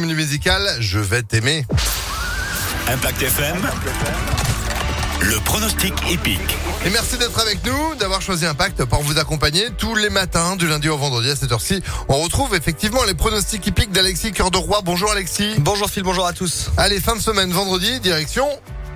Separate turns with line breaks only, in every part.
menu musical Je vais t'aimer.
Impact FM, le pronostic épique.
Et merci d'être avec nous, d'avoir choisi Impact pour vous accompagner tous les matins, du lundi au vendredi à cette heure-ci. On retrouve effectivement les pronostics hippiques d'Alexis Cœur de Roi. Bonjour Alexis.
Bonjour Phil, bonjour à tous.
Allez, fin de semaine, vendredi, direction.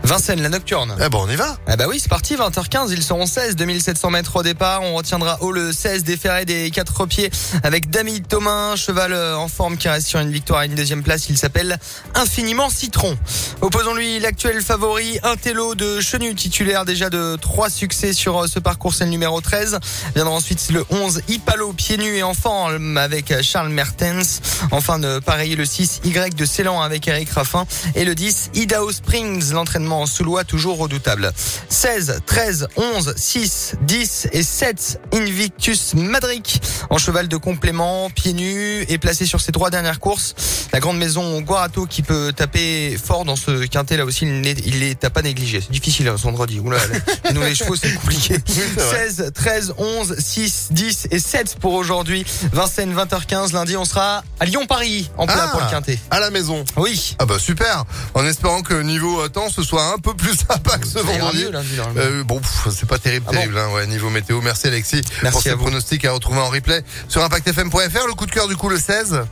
Vincennes, la nocturne.
Eh ben, on y va.
Ah bah oui, c'est parti, 20h15, ils seront 16, 2700 mètres au départ. On retiendra haut le 16 des ferrets des quatre pieds avec Dami Thomas, cheval euh, en forme qui reste sur une victoire et une deuxième place. Il s'appelle Infiniment Citron. Opposons-lui l'actuel favori, Intello de Chenu, titulaire déjà de trois succès sur euh, ce parcours, c'est le numéro 13. Viendra ensuite le 11, Ipalo, pieds nus et en forme avec euh, Charles Mertens. Enfin, de Euh, pareil, le 6, Y de Ceylan avec Eric Raffin. Et le 10, Idaho Springs, l'entraînement en Soulois toujours redoutable. 16, 13, 11, 6, 10 et 7, Invictus Madric en cheval de complément, pieds nus et placé sur ses trois dernières courses. La grande maison Guarato qui peut taper fort dans ce quintet là aussi, il n'est- il les tape pas négligé. C'est difficile, hein, Sandredi. Oula, les- nous les chevaux, c'est compliqué.
c'est vrai.
16, 13, 11, 6, 10 et 7 pour aujourd'hui. Vincennes, 20h15. Lundi, on sera à Lyon-Paris en plat
Ah.
pour le quintet.
À la maison.
Oui.
Ah bah super. En espérant que niveau euh, temps, ce soit un peu plus sympa que ce
Ça ira
vendredi.
mieux, lundi, normalement.
Euh, bon, pff, c'est pas terrible,
Ah bon
terrible, hein, ouais, niveau météo. Merci Alexis
Merci
pour ces
à vous.
pronostics à retrouver en replay sur impactfm.fr. Le coup de cœur du coup le 16. Euh,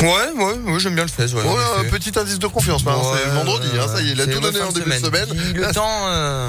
Ouais, ouais, ouais, j'aime bien le 16. Ouais,
Oh,
en
un
effet.
petit indice de confiance, hein,
Ouais,
c'est vendredi, hein, ça y est, il a
c'est
tout
une
donné
fin
en
de
début de semaine.
Dis Le temps. euh,